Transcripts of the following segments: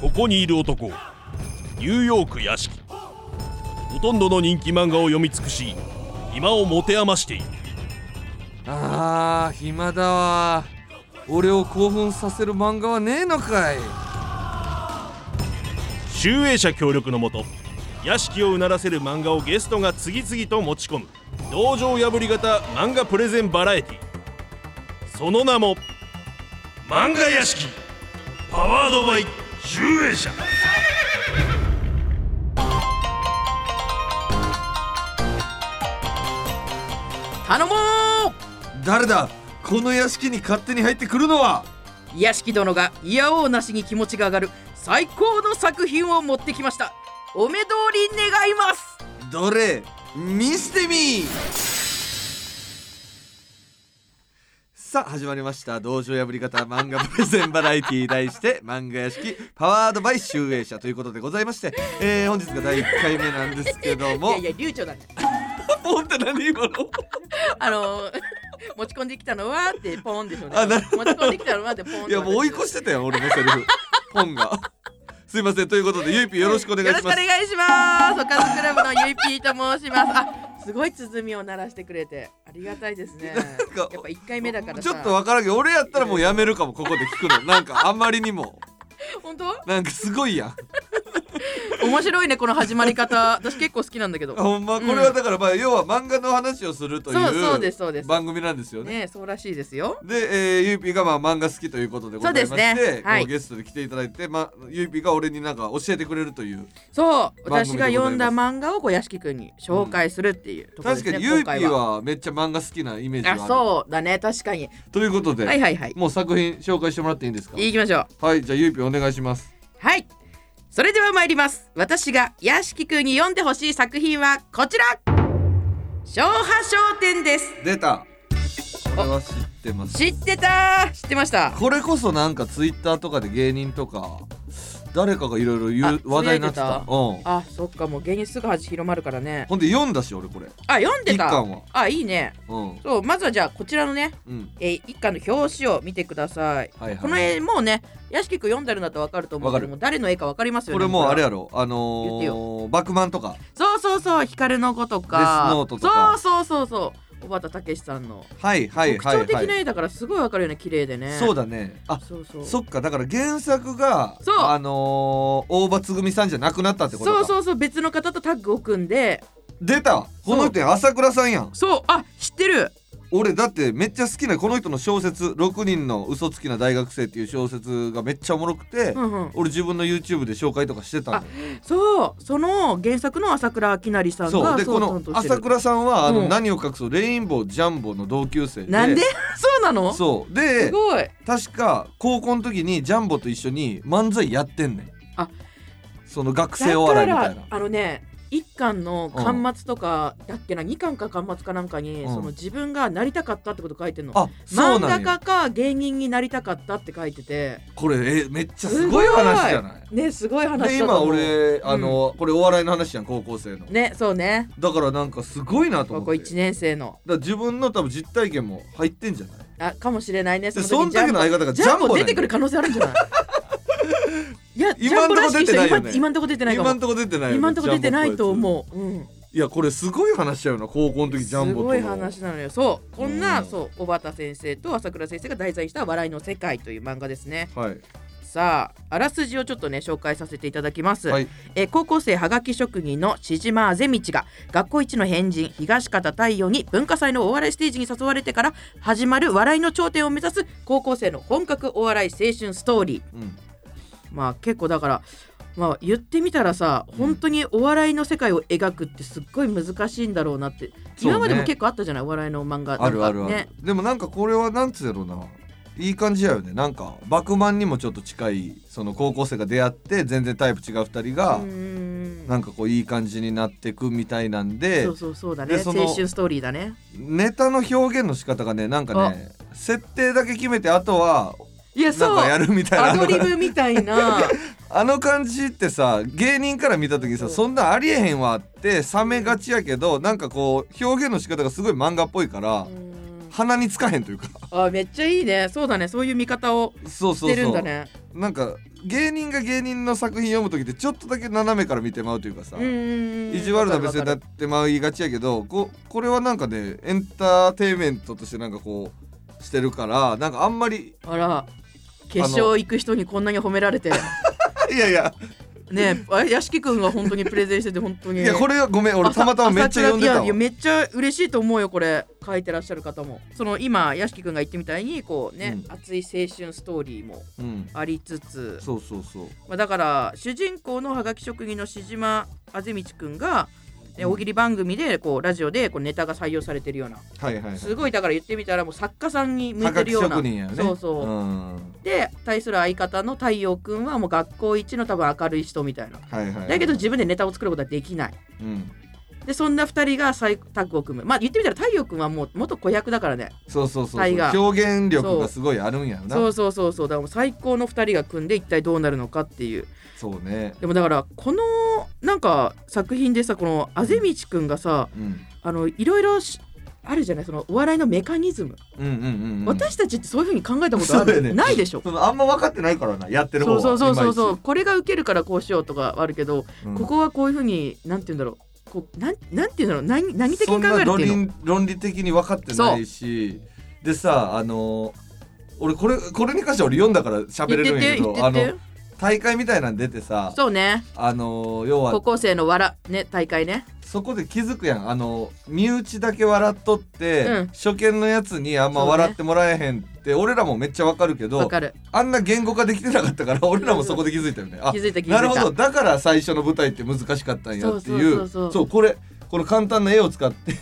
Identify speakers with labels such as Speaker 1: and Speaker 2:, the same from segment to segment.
Speaker 1: ここにいる男ニューヨーク屋敷ほとんどの人気漫画を読み尽くし暇を持て余している
Speaker 2: あー暇だわ俺を興奮させる漫画はねえのかい
Speaker 1: 集英社協力のもと屋敷をうならせる漫画をゲストが次々と持ち込む道場破り型漫画プレゼンバラエティその名も「漫画屋敷パワードバイ集英社」
Speaker 3: 頼も
Speaker 2: 誰だこの屋敷に勝手に入ってくるのは
Speaker 3: う屋敷殿がいやおうなしに気持ちが上がる最高の作品を持ってきましたお目通り願います
Speaker 2: どれ見してみさあ始まりました道場破り方漫画プレゼンバラエティー題して漫画屋敷パワードバイ集英社ということでございまして、えー、本日が第1回目なんですけど
Speaker 3: い
Speaker 2: も
Speaker 3: やいや流暢だね
Speaker 2: ポンって何今の
Speaker 3: あのー 持ち込んできたのはってポンでしょうね
Speaker 2: あなる
Speaker 3: 持ち込んできたのはってポンって
Speaker 2: いやもう追い越してたよ俺のセリ フ本がすいませんということでゆいぴよろしくお願いし
Speaker 3: よ
Speaker 2: ま
Speaker 3: ろ
Speaker 2: す
Speaker 3: しくお願いしますおかずクラブのゆいぴーと申しますあすごい鼓を鳴らしてくれてありがたいです ねや
Speaker 2: か
Speaker 3: っぱ一回目だからさ
Speaker 2: ちょっとわからんけど俺やったらもうやめるかもここで聞くのなんかあんまりにも
Speaker 3: 本当
Speaker 2: なんかすごいやん
Speaker 3: 面白いねこの始まり方私結構好きなんだけど
Speaker 2: ほんまこれはだからまあ要は漫画の話をするとい
Speaker 3: そうそうで
Speaker 2: う
Speaker 3: すそうです
Speaker 2: 番組なんですよね。
Speaker 3: ねそうらしいですよ
Speaker 2: で、えー、ゆいぴがまあ漫画好きということでございまして、
Speaker 3: そうですねはい
Speaker 2: こうゲストで来ていただいて、まあ、ゆいぴが俺になんか教えてくれるという
Speaker 3: そう
Speaker 2: 番組でご
Speaker 3: 私
Speaker 2: ざいます
Speaker 3: が読んだ漫画をこう屋敷くんに紹介するっていうところ
Speaker 2: 確
Speaker 3: です
Speaker 2: か
Speaker 3: ね、
Speaker 2: にゆい
Speaker 3: 今
Speaker 2: ぴ
Speaker 3: 回
Speaker 2: はめっちゃ漫画好きなイメージがあ
Speaker 3: あ
Speaker 2: る
Speaker 3: そうだね確かに
Speaker 2: ということで、
Speaker 3: はいはいはい
Speaker 2: もう作品紹介してもらっていいんですか
Speaker 3: 行きましょう
Speaker 2: はいじゃあゆいぴお願いします
Speaker 3: はいそれでは参ります私が屋敷くんに読んでほしい作品はこちら昭和商店です
Speaker 2: 出たこれは知ってます
Speaker 3: 知ってた知ってました
Speaker 2: これこそなんかツイッターとかで芸人とか誰かがいろいろ言う
Speaker 3: あ
Speaker 2: 話題になってたうん
Speaker 3: つ
Speaker 2: ほ
Speaker 3: あそっかもう芸人すぐ恥広まるからね
Speaker 2: んで読んだし俺これ
Speaker 3: あ読んで
Speaker 2: 一
Speaker 3: た
Speaker 2: 巻は
Speaker 3: あいいね
Speaker 2: うん
Speaker 3: そうまずはじゃあこちらのね、
Speaker 2: うん
Speaker 3: えー一巻の表紙を見てください
Speaker 2: はい
Speaker 3: この
Speaker 2: はい
Speaker 3: 絵もうね屋敷くん読んだるなとわかると思うけど
Speaker 2: わかる
Speaker 3: もう誰の絵かわかりますよ
Speaker 2: こ
Speaker 3: ね
Speaker 2: れもうあれ
Speaker 3: や
Speaker 2: やろあ
Speaker 3: 言っ
Speaker 2: の
Speaker 3: て
Speaker 2: ーバックマンとか
Speaker 3: そうそうそう光の子とか
Speaker 2: デスノートとか
Speaker 3: そうそうそうそう小畑武史さんの
Speaker 2: はいはい
Speaker 3: 特
Speaker 2: はい
Speaker 3: 徴
Speaker 2: は
Speaker 3: 的ない絵だからすごいわかるよね綺麗でね
Speaker 2: そうだねあ
Speaker 3: そうそう
Speaker 2: そっかだから原作が
Speaker 3: そう
Speaker 2: あのー大場つぐみさんじゃなくなったってことか
Speaker 3: そうそうそう別の方とタッグを組んで
Speaker 2: 出たこの人や朝倉さんやん
Speaker 3: そうあ知ってる
Speaker 2: 俺だってめっちゃ好きなこの人の小説「6人の嘘つきな大学生」っていう小説がめっちゃおもろくて、
Speaker 3: うんうん
Speaker 2: 俺自分の YouTube で紹介とかしてたんだよ
Speaker 3: そうその原作の朝倉明成さんが
Speaker 2: そうでこの
Speaker 3: 担当してる
Speaker 2: 朝倉さんはあの、
Speaker 3: うん
Speaker 2: 何を隠そうレインボージャンボの同級生で
Speaker 3: なんで そうなの
Speaker 2: そう
Speaker 3: す
Speaker 2: で
Speaker 3: ごい
Speaker 2: 確か高校の時にジャンボと一緒に漫才やってんねん
Speaker 3: あ
Speaker 2: その学生お笑いみたい
Speaker 3: だか
Speaker 2: な
Speaker 3: らあのね一巻の巻末とか、だっけな二巻か巻末かなんかに、
Speaker 2: うん
Speaker 3: その自分がなりたかったってこと書いてんの
Speaker 2: あそう
Speaker 3: 漫
Speaker 2: な
Speaker 3: 画
Speaker 2: んや
Speaker 3: 家か芸人になりたかったって書いてて
Speaker 2: これえめっちゃすごい話じゃない
Speaker 3: ねすごい
Speaker 2: で
Speaker 3: 話だ
Speaker 2: 今
Speaker 3: と思う
Speaker 2: 俺あの、これお笑いの話じゃん高校生の
Speaker 3: ねそうね
Speaker 2: だからなんかすごいなと思
Speaker 3: 高
Speaker 2: って
Speaker 3: 校1年生の
Speaker 2: だから自分の多分実体験も入ってんじゃない
Speaker 3: あかもしれないね
Speaker 2: で
Speaker 3: そ
Speaker 2: そん
Speaker 3: の時ジャ
Speaker 2: だけ
Speaker 3: ン
Speaker 2: の
Speaker 3: ボ
Speaker 2: 相方がジ
Speaker 3: ジャ
Speaker 2: ャ
Speaker 3: ン
Speaker 2: ン
Speaker 3: ボ
Speaker 2: ボ
Speaker 3: 出てくる可能性あるんじゃない いやジ
Speaker 2: 今
Speaker 3: ャン
Speaker 2: ん
Speaker 3: ボ
Speaker 2: と
Speaker 3: ら
Speaker 2: こ
Speaker 3: しい
Speaker 2: 出て
Speaker 3: 人
Speaker 2: ないよ
Speaker 3: 今
Speaker 2: ね
Speaker 3: 今んとこ出てないか
Speaker 2: 今ん
Speaker 3: も
Speaker 2: とこ出てないよね
Speaker 3: 今んとこ出てないと
Speaker 2: ジャンボ
Speaker 3: 思う、うん、
Speaker 2: こいついやこれすごい話だよな高校の時ジャンボ
Speaker 3: す
Speaker 2: との
Speaker 3: ごい話なのよそうこんな、
Speaker 2: うん
Speaker 3: そう小畑先生と朝倉先生が題材した「笑いの世界」という漫画ですね
Speaker 2: はい
Speaker 3: さああらすじをちょっとね紹介させていただきます、
Speaker 2: はい
Speaker 3: えー高校生はがき職人の千島あぜ道が学校一の変人東方太陽に文化祭のお笑いステージに誘われてから始まる笑いの頂点を目指す高校生の本格お笑い青春ストーリー
Speaker 2: うん
Speaker 3: まあ結構だからまあ言ってみたらさ
Speaker 2: ん
Speaker 3: 本当にお笑いの世界を描くってすっごい難しいんだろうなって、
Speaker 2: そうね
Speaker 3: 今までも結構あったじゃないお笑いの漫画
Speaker 2: あるあるある、
Speaker 3: なんかね
Speaker 2: でもなんかこれはなんつうやろうないい感じやよねなんか「バクマン」にもちょっと近いその高校生が出会って全然タイプ違う2人が
Speaker 3: う、ーん
Speaker 2: なんかこういい感じになってくみたいなんで
Speaker 3: そうそうそうだね
Speaker 2: でその
Speaker 3: 青春ストーリーだね
Speaker 2: ネタの表現の仕方がねなんかね設定だけ決めてあとはい
Speaker 3: や
Speaker 2: なん
Speaker 3: そう
Speaker 2: かやるみたいな
Speaker 3: アドリブみたい な
Speaker 2: あの感じってさ芸人から見た時さ
Speaker 3: そう
Speaker 2: そんなんありえへんわって冷めがちやけどなんかこう表現の仕方がすごい漫画っぽいから
Speaker 3: うーん
Speaker 2: 鼻につかへんというか
Speaker 3: あめっちゃいいねそうだねそういう見方を
Speaker 2: そう
Speaker 3: し
Speaker 2: そう
Speaker 3: てる
Speaker 2: そ
Speaker 3: ん
Speaker 2: う、
Speaker 3: だね
Speaker 2: なんか芸人が芸人の作品読む時ってちょっとだけ斜めから見てまうというかさ、
Speaker 3: うんうんうん
Speaker 2: 意地悪な目線にな
Speaker 3: わ
Speaker 2: っ
Speaker 3: か
Speaker 2: てまいがちやけどここれはなんかねエンターテインメントとしてなんかこうしてるからなんかあんまり
Speaker 3: るわかるあら決勝行く人にこんなに褒められて
Speaker 2: いやいや
Speaker 3: ねあ屋敷くんが本当にプレゼンしてて本当に
Speaker 2: いやこれはごめん俺
Speaker 3: 朝
Speaker 2: たまたまめっちゃ読んでた
Speaker 3: 朝倉いやいや
Speaker 2: わ
Speaker 3: めっちゃ嬉しいと思うよこれ書いてらっしゃる方もその今屋敷くんが言ってみたいにこうね、
Speaker 2: うん
Speaker 3: 熱い青春ストーリーも
Speaker 2: うん
Speaker 3: ありつつ、
Speaker 2: そうそうそう
Speaker 3: まあ、だから主人公のはがき職人の志島あぜみちくんが、ね、
Speaker 2: うん
Speaker 3: 大喜利番組でこうラジオでこうネタが採用されてるような
Speaker 2: はいはいはい
Speaker 3: すごいだから言ってみたらもう作家さんに向
Speaker 2: はい
Speaker 3: て
Speaker 2: が
Speaker 3: る
Speaker 2: き
Speaker 3: ような
Speaker 2: 職人やね
Speaker 3: そうそう、
Speaker 2: ん、
Speaker 3: で対する相方の太陽くんはもう学校一の多分明るい人みたいな
Speaker 2: はいはいはい
Speaker 3: だけど自分でネタを作ることはできない
Speaker 2: うん、
Speaker 3: でそんな2人が再タッグを組むまあ言ってみたら太陽君はもう元子役だからね
Speaker 2: そうそうそう
Speaker 3: 愛が
Speaker 2: そう表現力がすごいあるんやろな
Speaker 3: そうそうそうそうだからもう最高の2人が組んで一体どうなるのかっていう
Speaker 2: そうね
Speaker 3: でもだからこのなんか作品でさこのあぜみちくんがさ
Speaker 2: うん
Speaker 3: あのいろいろしあるじゃないそのお笑いのメカニズム、
Speaker 2: うんうんうん、うん、
Speaker 3: 私たちってそういうふうに考えたこと
Speaker 2: そ
Speaker 3: ある、
Speaker 2: うだよね
Speaker 3: ないでしょ
Speaker 2: そのあんま分かってないからなやってる方
Speaker 3: そ
Speaker 2: は
Speaker 3: うそうそうそうそ
Speaker 2: いう
Speaker 3: これがウケるからこうしようとかあるけ
Speaker 2: ま
Speaker 3: ど、
Speaker 2: いちうん
Speaker 3: ここはこういうふうになんて言うんだろうこうなんなんて言うんだろう何何的に考えるっていうの
Speaker 2: そんな論理論理的に分かってないしでさあの俺これこれに関しては俺読んだから喋れ
Speaker 3: 言
Speaker 2: る
Speaker 3: っ
Speaker 2: ん
Speaker 3: て
Speaker 2: や
Speaker 3: て
Speaker 2: け
Speaker 3: 言
Speaker 2: ど
Speaker 3: って
Speaker 2: あ
Speaker 3: て
Speaker 2: の大会みたいなん出てさ
Speaker 3: そうね
Speaker 2: あの要
Speaker 3: 高
Speaker 2: は
Speaker 3: 校生の笑ね大会ね
Speaker 2: そこで気づくやんあの身内だけ笑っとって、
Speaker 3: うん
Speaker 2: 初見のやつにあんま
Speaker 3: そうね
Speaker 2: 笑ってもらえへんって、俺らもめっちゃ分かるけ
Speaker 3: わ
Speaker 2: ど
Speaker 3: かる
Speaker 2: あんな言語化できてなかったから俺らもそこで気づいたよね。あ
Speaker 3: 気づいた気づい
Speaker 2: な
Speaker 3: た
Speaker 2: るほどだから最初の舞台って難しかったんやっていう
Speaker 3: そうそうそうそう
Speaker 2: これこの簡単な絵を使って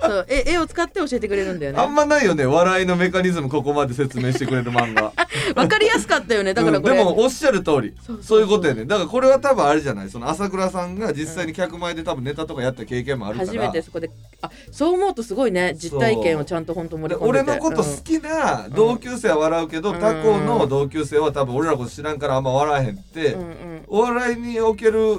Speaker 3: そうえ絵を使って教えてくれるんだよね
Speaker 2: あんまないよね笑いのメカニズムここまで説明してくれる漫画
Speaker 3: わかりやすかったよ ねだからこれ、
Speaker 2: うんでもおっしゃる通り
Speaker 3: そうそうそう
Speaker 2: そういうことやねだからこれは多分あれじゃないその朝倉さんが実際に客前で多分ネタとかやった経験もあるから
Speaker 3: 初めてそこであそう思うとすごいね実体験をちゃんと本当盛
Speaker 2: で
Speaker 3: り込んで
Speaker 2: 俺
Speaker 3: て
Speaker 2: のこと好きな同級生は笑うけど、
Speaker 3: うん
Speaker 2: 他校の同級生は多分俺らのこと知らんからあんま笑えへんって、
Speaker 3: うんうん
Speaker 2: お笑いにおける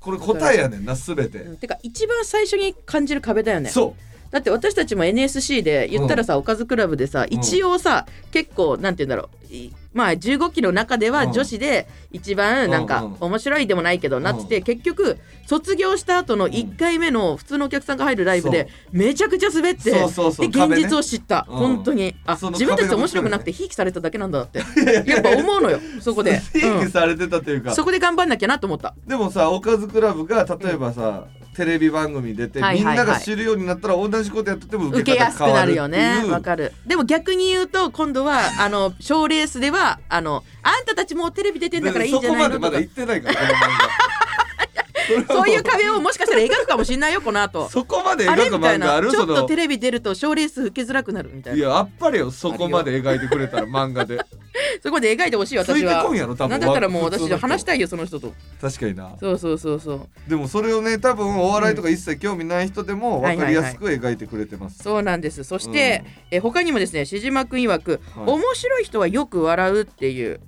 Speaker 2: これ答えやねんな全て、
Speaker 3: うん、てか一番最初に感じる壁だよね
Speaker 2: そ
Speaker 3: だって私たちも NSC で言ったらさ、おかずクラブでさ
Speaker 2: ん
Speaker 3: 一応さ、結構なんて言うんだろういまあ1 5キロの中では
Speaker 2: うん
Speaker 3: 女子で一番なんか
Speaker 2: うんうん
Speaker 3: 面白いでもないけどなっつって、
Speaker 2: う
Speaker 3: 結局卒業した後の1回目の普通のお客さんが入るライブでめちゃくちゃ滑って
Speaker 2: そうそうそう
Speaker 3: で現
Speaker 2: 壁ね
Speaker 3: 実を知った、
Speaker 2: うん
Speaker 3: 本当にあ
Speaker 2: その
Speaker 3: 自分たち面白くなくてひいきされただけなんだなって やっぱ思うのよそこ
Speaker 2: う
Speaker 3: で、
Speaker 2: 定
Speaker 3: う
Speaker 2: 義
Speaker 3: ん
Speaker 2: されてたというか、
Speaker 3: そこで頑張んなきゃなと思った
Speaker 2: でもさおかずクラブが例えばさ、テレビ番組出て、
Speaker 3: はいはいはい
Speaker 2: みんなが知るようになったら同じことやってても
Speaker 3: 受
Speaker 2: 受
Speaker 3: け
Speaker 2: け
Speaker 3: や
Speaker 2: 方
Speaker 3: すく
Speaker 2: 変わ
Speaker 3: な
Speaker 2: るっ
Speaker 3: る
Speaker 2: ていう
Speaker 3: よねわかるでも逆に言うと今度はあの賞レースではあのあんたたちもうテレビ出てんだからいいんじゃないの
Speaker 2: そこまでま
Speaker 3: と
Speaker 2: だ
Speaker 3: か
Speaker 2: 行ってないからこの漫 画
Speaker 3: そういう
Speaker 2: か
Speaker 3: 壁をもしかしたら描くかもしれないよこの 後
Speaker 2: そこまで
Speaker 3: あれ
Speaker 2: 描く
Speaker 3: みたい
Speaker 2: 漫画あ
Speaker 3: な
Speaker 2: る
Speaker 3: ちょ
Speaker 2: そ
Speaker 3: っと
Speaker 2: の
Speaker 3: テレビ出ると賞レース受けづらくなるみたい
Speaker 2: い
Speaker 3: な
Speaker 2: やあっぱれよそこまで描いてくれたら漫画で
Speaker 3: そこで描いてほしい
Speaker 2: つい
Speaker 3: 私
Speaker 2: て
Speaker 3: は
Speaker 2: こんやろ多分
Speaker 3: なんだったらも
Speaker 2: 普
Speaker 3: う
Speaker 2: 通の
Speaker 3: 私
Speaker 2: 人
Speaker 3: 話したいよその人と
Speaker 2: 確かにな
Speaker 3: そうそうそうそう
Speaker 2: でもそれをね多分お笑いとか一切興味ない人でも分かりやすく描いてくれてます、
Speaker 3: そうなんですそして、え他にもですねしじまくん曰く、
Speaker 2: はい
Speaker 3: 面白い人はよく笑うっていうっ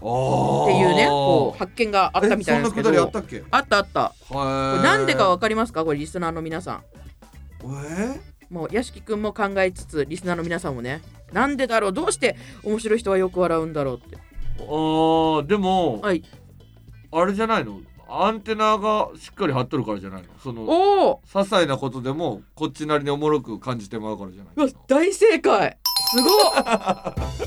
Speaker 2: お
Speaker 3: ていうねこう発見があったみたいなんですけど
Speaker 2: そんなくだりあったっけ
Speaker 3: あったあったこれ
Speaker 2: は
Speaker 3: なんでかわかりますかこれリスナーの皆さん
Speaker 2: えー
Speaker 3: もう屋敷くんも考えつつリスナーの皆さんもねなんでだろうどうして面白い人はよく笑うんだろうって
Speaker 4: あーでも、
Speaker 3: はい
Speaker 4: あれじゃないのアンテナがしっかり張っとるからじゃないのその
Speaker 3: お
Speaker 2: 些
Speaker 3: お
Speaker 2: 細なことでもこっちなりにおもろく感じてまうからじゃないかな
Speaker 3: 大正解す ごっ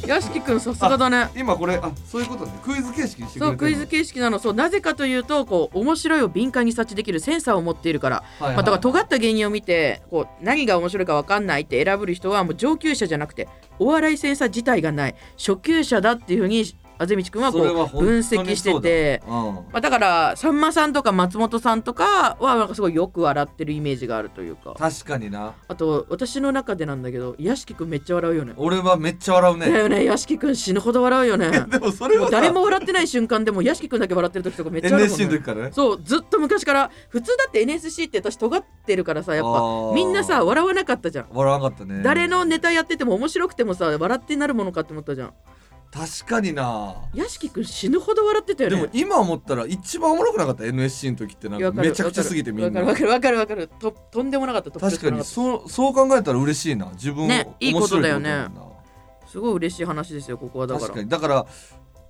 Speaker 3: 屋敷くんさすがだね
Speaker 2: 今これあそういうことねクイズ形式にしてく
Speaker 3: そ
Speaker 2: れ
Speaker 3: う
Speaker 2: て
Speaker 3: クイズ形式なのそうなぜかというとこう面白いを敏感に察知できるセンサーを持っているから、
Speaker 2: はいはい
Speaker 3: まあ、だから尖った芸人を見てこう何が面白いか分かんないって選ぶ人はもう上級者じゃなくてお笑いセンサー自体がない初級者だっていうふうにあぜみちくんはこ
Speaker 2: それは本
Speaker 3: う
Speaker 2: 当
Speaker 3: 分
Speaker 2: にそうだ
Speaker 3: 析してて。
Speaker 2: うん
Speaker 3: まあ、だからさんまさんとか松本さんとかはなんかすごいよく笑ってるイメージがあるというか
Speaker 2: 確かにな
Speaker 3: あと私の中でなんだけど屋敷くんめっちゃ笑うよね
Speaker 2: 俺はめっちゃ笑う
Speaker 3: だ
Speaker 2: ね
Speaker 3: よね屋敷くん死ぬほど笑うよね
Speaker 2: でもそれ
Speaker 3: も
Speaker 2: は
Speaker 3: う
Speaker 2: さ
Speaker 3: 誰も笑ってない瞬間でも屋敷くんだけ笑ってる時とかめっちゃあるもん
Speaker 2: NSC の
Speaker 3: ね
Speaker 2: 時からね
Speaker 3: そうずっと昔から普通だって NSC って私尖ってるからさやっ
Speaker 2: あ
Speaker 3: ぱ
Speaker 2: ー
Speaker 3: みんなさ笑わなかったじゃん
Speaker 2: 笑わなかったね
Speaker 3: 誰のネタやってても面白くてもさ笑ってなるものかって思ったじゃん
Speaker 2: 確かにな
Speaker 3: 屋敷くん死ぬほど笑ってたよ
Speaker 2: で
Speaker 3: ね
Speaker 2: も今思ったら一番おもろくなかった NSC の時ってなん
Speaker 3: いや
Speaker 2: か
Speaker 3: わかる
Speaker 2: めちゃくちゃすぎてみんな
Speaker 3: わかるわかるわかるわかるととんでもなかったと
Speaker 2: 確かに
Speaker 3: す
Speaker 2: そうそう考えたら嬉しいな自分
Speaker 3: ねいい
Speaker 2: 面
Speaker 3: こ
Speaker 2: 白
Speaker 3: と
Speaker 2: い
Speaker 3: だ
Speaker 2: って
Speaker 3: よ
Speaker 2: こと
Speaker 3: ね
Speaker 2: だもんな
Speaker 3: ごい嬉しい話ですよここはだから
Speaker 2: 確かにだから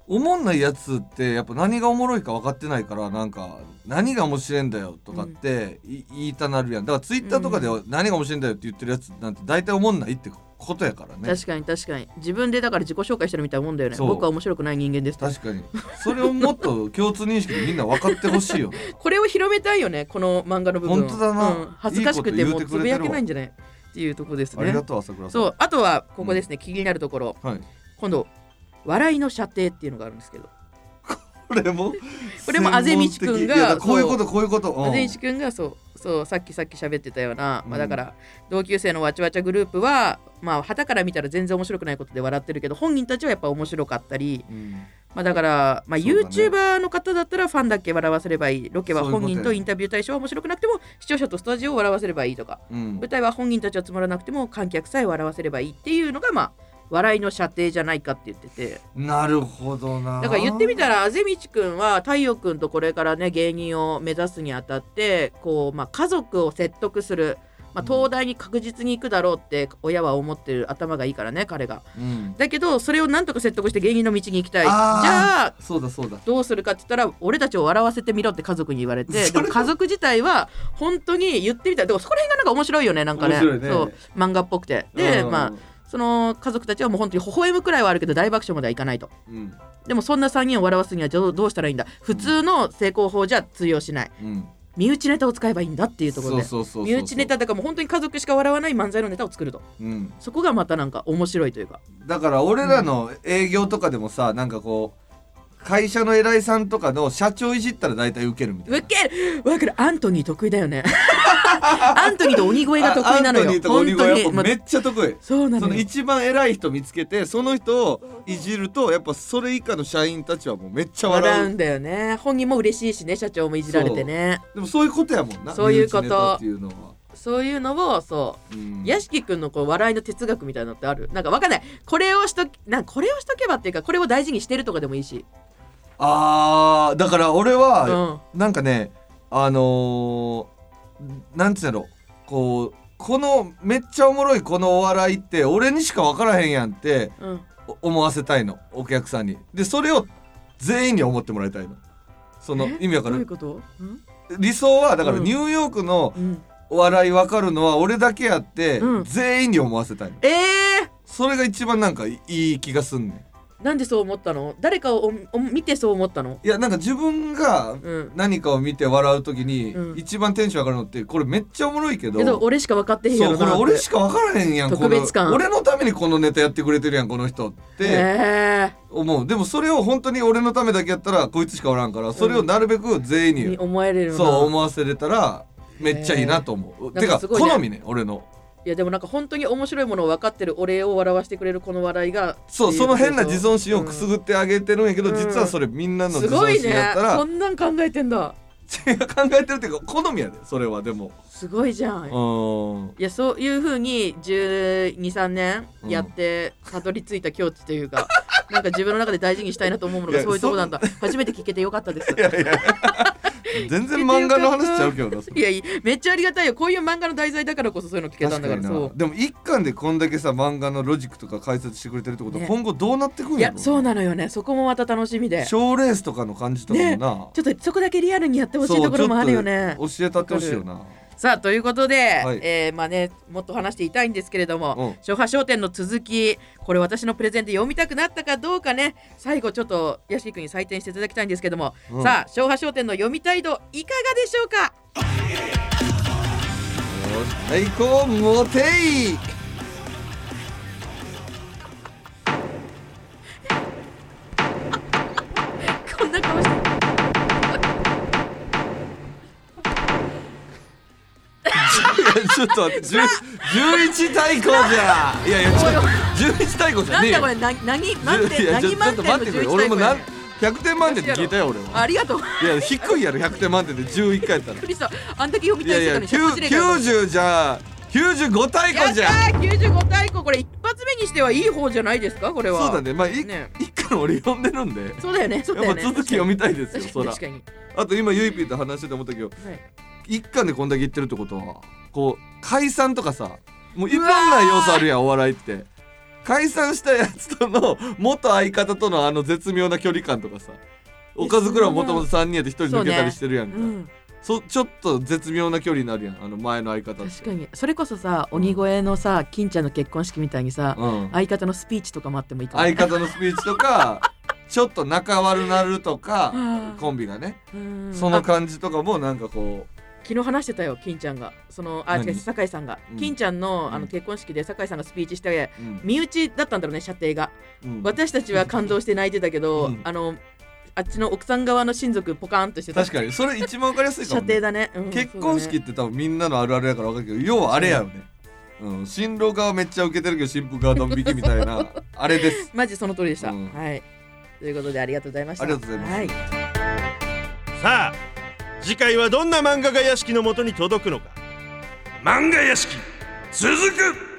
Speaker 2: おもんないやつってやっぱ何がおもろいか分かってないからなんか何が面白いんだよとかってい、言いたなるやんだからツイッターとかで
Speaker 3: う
Speaker 2: 何が面白いんだよって言ってるやつなんて大体おもんないってことやからね
Speaker 3: 確かに確かに自分でだから自己紹介してるみたいなもんだよね
Speaker 2: そう
Speaker 3: 僕は面白くない人間ですと
Speaker 2: 確かにそれをもっと共通認識でみんな分かってほしいよね
Speaker 3: これを広めたいよねこの漫画の部分を
Speaker 2: 本当だな
Speaker 3: うん恥ずかしく
Speaker 2: い
Speaker 3: て
Speaker 2: いこ
Speaker 3: も
Speaker 2: と言
Speaker 3: う
Speaker 2: うて
Speaker 3: つ
Speaker 2: くれ
Speaker 3: ぶ
Speaker 2: てるわ
Speaker 3: やけないんじゃないっていうとこです
Speaker 2: あり
Speaker 3: ね
Speaker 2: がとう朝倉さん
Speaker 3: そうあとはここですね、気になるところ
Speaker 2: はい
Speaker 3: 今度笑いの射程っていうのがあるんですけど
Speaker 2: これも
Speaker 3: これもあぜ道く
Speaker 2: 専門的
Speaker 3: んが
Speaker 2: いやだからこういうことこういうことうん
Speaker 3: 善一君がそうそうさっきさっき喋ってたような、まあ、
Speaker 2: う
Speaker 3: だ
Speaker 2: ん
Speaker 3: から同級生のわちゃわちゃグループはまあ旗から見たら全然面白くないことで笑ってるけど本人たちはやっぱ面白かったり、
Speaker 2: うん
Speaker 3: まあ、だから、まあ、
Speaker 2: そうだね
Speaker 3: YouTuber の方だったらファンだけ笑わせればいいロケは
Speaker 2: そういうこと
Speaker 3: 本
Speaker 2: やね
Speaker 3: 人とインタビュー対象は面白くなくても視聴者とスタジオを笑わせればいいとか
Speaker 2: うん
Speaker 3: 舞台は本人たちはつまらなくても観客さえ笑わせればいいっていうのがまあ笑いの射程じゃないかって言ってて
Speaker 2: なるほどな
Speaker 3: だから言ってみたらあぜみちくんは太陽くんとこれからね芸人を目指すにあたってこう、まあ、家族を説得する、まあ、
Speaker 2: うん
Speaker 3: 東大に確実に行くだろうって親は思ってる頭がいいからね彼が。
Speaker 2: うん
Speaker 3: だけどそれをなんとか説得して芸人の道に行きたい。じ
Speaker 2: あー
Speaker 3: ゃあ
Speaker 2: そうだそうだ
Speaker 3: どうするかって言ったら俺たちを笑わせてみろって家族に言わ れてでも家族自体は本当に言ってみたいだからそこら辺がなんか面白いよねなんかね
Speaker 2: 面白いね
Speaker 3: そう漫画っぽくてで、
Speaker 2: うん
Speaker 3: まあその家族たちはもう本当に微笑むくらいはあるけど大爆笑まではいかないと
Speaker 2: うん
Speaker 3: でもそんな3人を笑わすにはどうどうしたらいいんだ普通の成功法じゃ通用しない
Speaker 2: うん
Speaker 3: 身内ネタを使えばいいんだっていうところで
Speaker 2: そうそうそうそう
Speaker 3: 身内ネタだからもう本当に家族しか笑わない漫才のネタを作ると
Speaker 2: うん
Speaker 3: そこがまたなんか面白いというか
Speaker 2: だから俺らの営業とかでもさ、なんかこう会社の偉いさんとかの社長いじったら大体受けるみたいな
Speaker 3: ウケるわかるアントニー得意 だよねアントニーと鬼越が得意なの
Speaker 2: あアントニ
Speaker 3: よ
Speaker 2: ーとか鬼越
Speaker 3: 本当
Speaker 2: やっ
Speaker 3: に、
Speaker 2: ぱ
Speaker 3: まあ
Speaker 2: めっちゃ得意
Speaker 3: そうな
Speaker 2: そ
Speaker 3: の
Speaker 2: の
Speaker 3: よ
Speaker 2: 一番偉い人見つけてその人をいじるとやっぱそれ以下の社員たちはもうめっちゃ笑う
Speaker 3: 笑うんだよね本人も嬉しいしね社長もいじられてね
Speaker 2: でもそういうことやもんな
Speaker 3: そういうこと
Speaker 2: 身内ネタっていうのは、
Speaker 3: そういうのをそう
Speaker 2: うん
Speaker 3: 屋敷くんのこう笑いの哲学みたいなのってあるなんかわかんないこれをしときなんかこれをしとけばっていうかこれを大事にしてるとかでもいいし、
Speaker 2: あーだから俺は、
Speaker 3: うん
Speaker 2: なんかねあのー、なんつうんやろこうこのめっちゃおもろいこのお笑いって俺にしか分からへんやんって
Speaker 3: うん、
Speaker 2: お思わせたいのお客さんにでそれを全員に思ってもらいたいのその
Speaker 3: え
Speaker 2: 意味わか
Speaker 3: どういう
Speaker 2: る
Speaker 3: こと、うん
Speaker 2: 理想はだから
Speaker 3: うん
Speaker 2: ニューヨークの
Speaker 3: うん、
Speaker 2: お笑いわかるのは俺だけやって、
Speaker 3: うん
Speaker 2: 全員に思わせたいの
Speaker 3: えー、
Speaker 2: それが一番なんかいいい気がすんねん
Speaker 3: なんでそう思ったの誰かをおお見てそう思ったの
Speaker 2: いやなんか自分が
Speaker 3: うん
Speaker 2: 何かを見て笑う時に、
Speaker 3: うん
Speaker 2: 一番テンション上がるのってこれめっちゃおもろいけど
Speaker 3: けど俺しか分かってへんや
Speaker 2: そう
Speaker 3: ろ
Speaker 2: こ
Speaker 3: な
Speaker 2: れ
Speaker 3: って
Speaker 2: 俺しか分からへんやん
Speaker 3: 特別感
Speaker 2: この俺のためにこのネタやってくれてるやんこの人って
Speaker 3: え
Speaker 2: 思うでもそれを本当に俺のためだけやったらこいつしかおらんからそれをなるべく全員
Speaker 3: ー、
Speaker 2: に
Speaker 3: に思えれるな
Speaker 2: そう思わせれたらめっちゃいいなと思う
Speaker 3: ー
Speaker 2: て
Speaker 3: なん
Speaker 2: か
Speaker 3: かすごいね
Speaker 2: 好みね俺の
Speaker 3: いやでもなんか本当に面白いものを分かってる俺を笑わせてくれるこの笑いが
Speaker 2: そう
Speaker 3: ってい
Speaker 2: その変な
Speaker 3: こと
Speaker 2: 自尊心をくすぐってあげてるんやけど
Speaker 3: うん
Speaker 2: 実はそれみんなの
Speaker 3: す
Speaker 2: 自
Speaker 3: ご
Speaker 2: 尊
Speaker 3: い
Speaker 2: 心
Speaker 3: ね
Speaker 2: やったら
Speaker 3: そんなん考えてんだ
Speaker 2: 違う考えてるっていうか好みやでそれはで も
Speaker 3: すごいじゃん
Speaker 2: うん
Speaker 3: いやそういうふうに123年やってたどり着いた境地というか、 なんか自分の中で大事にしたいなと思うもの
Speaker 2: い
Speaker 3: が
Speaker 2: や
Speaker 3: そういうとこなんだ初めて聞けてよかったです
Speaker 2: いやいや全然漫画の話ちゃうけどな それ
Speaker 3: いやいいめっちゃありがたいよこういう漫画の題材だからこそそういうの聞けたんだから
Speaker 2: 確
Speaker 3: そ
Speaker 2: にな
Speaker 3: う
Speaker 2: でも一巻でこんだけさ漫画のロジックとか解説してくれてるってことは、
Speaker 3: ね
Speaker 2: 今後どうなってくん
Speaker 3: い
Speaker 2: や
Speaker 3: や
Speaker 2: ろ
Speaker 3: そうな
Speaker 2: の
Speaker 3: のよねそこもまた楽しみでちょ
Speaker 2: 賞レースとかの感じとかもな、
Speaker 3: っとそこだけリアルにやってほしい
Speaker 2: そう
Speaker 3: ところもあるよね
Speaker 2: ちょっと教えたってほしいよな
Speaker 3: さあということで、
Speaker 2: はい
Speaker 3: えーまあねもっと話していたいんですけれども
Speaker 2: うん
Speaker 3: 初波商店の続きこれ私のプレゼンで読みたくなったかどうかね最後ちょっと屋敷君に採点していただきたいんですけども、
Speaker 2: うん
Speaker 3: さあ昭和商店の読みたい度いかがでしょうか
Speaker 2: 最高モテイ
Speaker 3: こんな顔して
Speaker 2: い やちょっと待って10 11対5じゃんいやいやちょっと11対5じゃ
Speaker 3: な
Speaker 2: ねえ
Speaker 3: んだ
Speaker 2: よ
Speaker 3: これな何満
Speaker 2: い
Speaker 3: 点
Speaker 2: やちょ
Speaker 3: 何満
Speaker 2: ちょっと
Speaker 3: 点の
Speaker 2: 待ってくれ俺も
Speaker 3: 11
Speaker 2: なん
Speaker 3: 対
Speaker 2: 100点満点って聞いたよ俺
Speaker 3: 5あ
Speaker 2: は
Speaker 3: りがとう
Speaker 2: いや低いやろ100点満点で11回やったら
Speaker 3: クリスさんあんだけ読み
Speaker 2: い
Speaker 3: た
Speaker 2: や
Speaker 3: い
Speaker 2: い
Speaker 3: して
Speaker 2: や
Speaker 3: たのに100字で
Speaker 2: 90じゃ95対
Speaker 3: や
Speaker 2: 5
Speaker 3: っ
Speaker 2: じ
Speaker 3: た
Speaker 2: ゃん
Speaker 3: ー95対5これ一発目にしてはいい方じゃないですかこれは
Speaker 2: そうだねまあい一、
Speaker 3: ね
Speaker 2: 回かも俺読んでるんで
Speaker 3: そうだよねそうだ
Speaker 2: や
Speaker 3: よ
Speaker 2: っぱ
Speaker 3: ね
Speaker 2: 続き読みたいですよ
Speaker 3: 確か
Speaker 2: そ
Speaker 3: に
Speaker 2: ら
Speaker 3: 確かに
Speaker 2: あと今ゆいぴーと話してて思ったけど
Speaker 3: 確かにはい
Speaker 2: 一巻でこんだけ言ってるってことはこう解散とかさもういろんな要素あるやんお笑いって解散したやつとの元相方とのあの絶妙な距離感とかさおかずクラブもともと3人やで1人抜けたりしてるやんか
Speaker 3: う
Speaker 2: そ,、
Speaker 3: ん
Speaker 2: ちょっと絶妙な距離になるやんあの前の相方って
Speaker 3: 確かにそれこそさ鬼越のさ金ちゃんの結婚式みたいにさ
Speaker 2: うん、
Speaker 3: 相方のスピーチとかもあってもいいかも
Speaker 2: 相方のスピーチとかちょっと仲悪なるとか
Speaker 3: うん
Speaker 2: コンビがね
Speaker 3: うん
Speaker 2: その
Speaker 3: あ
Speaker 2: 感じとかもなんかこ
Speaker 3: 昨日話してたよ金ちゃんがそのあ
Speaker 2: 何
Speaker 3: 違う酒井さんが
Speaker 2: うん
Speaker 3: 金ちゃんのあ
Speaker 2: う
Speaker 3: の
Speaker 2: ん
Speaker 3: 結婚式で酒井さんがスピーチして
Speaker 2: う、うん
Speaker 3: 身内だったんだろうね射程が
Speaker 2: うん
Speaker 3: 私たちは感動して泣いてたけど、
Speaker 2: うん
Speaker 3: あのあっちの奥さん側の親族ポカーンとしてた
Speaker 2: 確かにそれ一番わかりやすいか
Speaker 3: 射
Speaker 2: も、ね
Speaker 3: 程、だね、うん
Speaker 2: 結婚式
Speaker 3: そ
Speaker 2: っ
Speaker 3: う
Speaker 2: て多分みんなのあるあるやから分かるけど要はあれやろね、うん、新郎側めっちゃ受けてるけど新婦側ドン引きみたいなあれです
Speaker 3: だねマジその通りでした、
Speaker 2: うん
Speaker 3: はいということでありがとうございました
Speaker 2: ありがとうございます
Speaker 3: はい、
Speaker 1: さあ次回はどんな漫画が屋敷のもとに届くのか漫画屋敷続く